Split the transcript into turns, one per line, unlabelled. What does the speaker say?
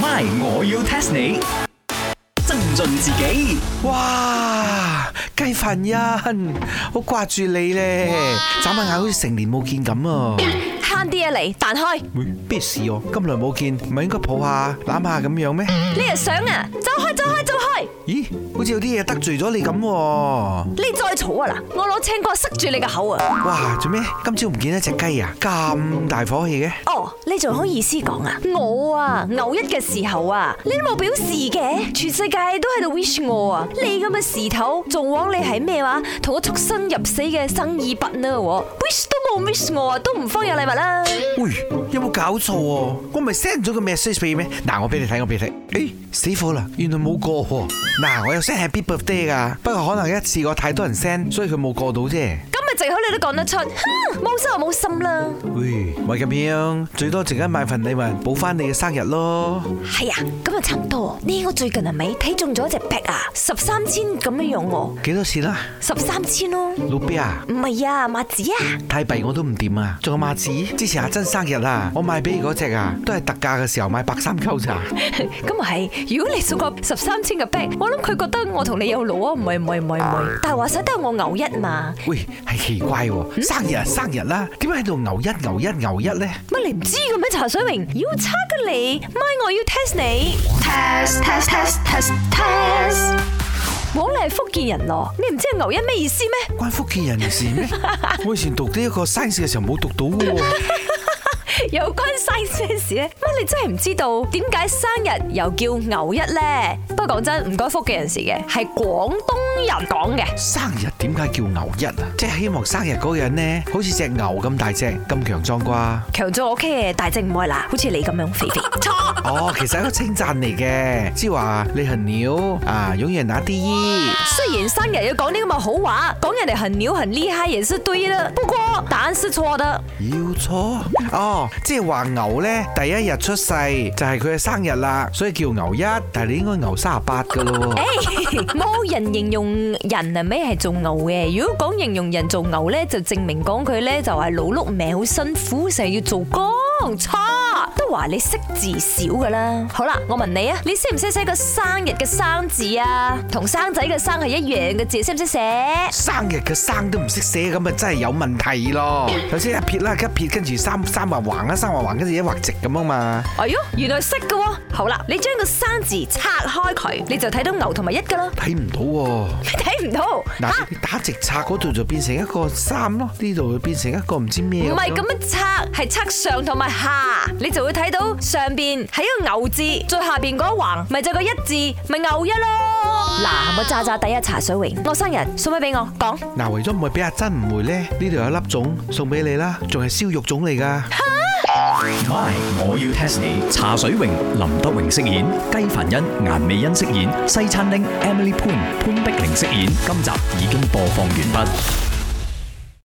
My，我要 test 你。增進自己，
哇！雞凡欣，好掛住你咧，眨下眼好似成年冇見咁啊！
慳啲嘢嚟，彈開呢
喂咩事哦？咁耐冇見，唔係應該抱下攬下咁樣咩？
日相啊，走開走開走開！
咦，好似有啲嘢得罪咗你咁喎！
你再嘈啊嗱，我攞青瓜塞住你個口啊！
哇，做咩今朝唔見一隻雞啊？咁大火氣嘅，
哦，你仲好意思講啊？我啊，牛一嘅時候啊，你都冇表示嘅，全世界都喺度 wish 我啊！你咁嘅時頭，仲枉你係咩話？同我畜生入死嘅生意品啊我！wish 都冇 wish 我啊，都唔方有禮物啦！
喂，有冇搞錯啊？我咪 send 咗個 message 俾你咩？嗱，我俾你睇，我俾你睇。誒、死火啦，原來冇過喎。嗱，我有 send Happy Birthday 噶，不過可能一次過太多人 send，所以佢冇過到啫。
今日藉口你都講得出，哼，冇心就冇心啦。
喂，咪咁樣，最多陣間買份禮物補翻你嘅生日咯。
係啊，咁啊差唔多。呢我最近係咪睇中咗一隻 b 啊？十三千咁樣樣喎，
幾多錢啊？
十三千咯。
老 B 啊，
唔係啊，馬子啊，
太幣我都唔掂啊！仲有馬子，之前阿珍生日啊，我買俾你嗰隻啊，都係特價嘅時候買白衫溝咋。
咁啊係。如果你送個十三千嘅 b 我諗佢覺得我同你有腦啊，唔係唔係唔係唔係。但係話晒都係我牛一嘛，
喂，係奇怪喎，生日啊生日啦，點解喺度牛一牛一牛一呢？
乜你唔知嘅咩？茶水榮，要差嘅你，咪我要 test 你。
test test test test test
枉你係福建人咯，你唔知牛一咩意思咩？
關福建人事 咩？我以前讀呢一個 science 嘅時候冇讀到嘅喎。
有關 size 咩事咧？乜你真係唔知道點解生日又叫牛一咧？不過講真，唔該福建人士嘅，係廣東人講嘅。
生日點解叫牛一啊？即係希望生日嗰個人呢，好似隻牛咁大隻，咁強壯啩？
強壯 OK 嘅，大隻唔愛啦，好似你咁樣肥肥。
哦，其實係一個稱讚嚟嘅，即係話你很牛啊，永遠拿第一。
雖然生日要講啲咁嘅好話，講人哋很牛很厲害也是對啦，不過答案是錯的。
要錯哦，即係話牛呢，第一日出世就係佢嘅生日啦，所以叫牛一，但係你應該牛三十八噶咯。
誒，哎冇人形容人係咩係做牛嘅。如果講形容人做牛咧，就證明講佢咧就係勞碌命，好辛苦，成日要做工，錯。都話你識字少噶啦。好啦，我問你啊，你識唔識寫個生日嘅生字啊？同生仔嘅生係一樣嘅字，識唔識寫？
生日嘅生都唔識寫，咁啊真係有問題咯。首先一撇啦，一撇跟住三三畫橫啊啦，三畫橫跟住一畫直咁啊嘛。
哎喲，原來識嘅喎。好啦，你將個生字拆開佢，你就睇到牛同埋一噶啦。
睇唔到
你睇唔到，
喎，嗱你打直拆嗰度就變成一個三咯，呢度就變成一個唔知咩。
唔係咁樣拆，係拆上同埋下，你就會睇到上邊係一個牛字，最下邊嗰一橫咪就個一字，咪牛一咯。嗱，我炸炸第一茶水榮，我生日送咩俾我？講
嗱，為咗唔會俾阿珍誤會呢，呢度有粒粽送俾你啦，仲係燒肉粽嚟㗎。
My，我要 test 你。茶水榮、林德榮飾演，雞凡欣、顏美欣飾演，西餐廳 Emily Poon 潘碧玲飾演。今集已經播放完畢。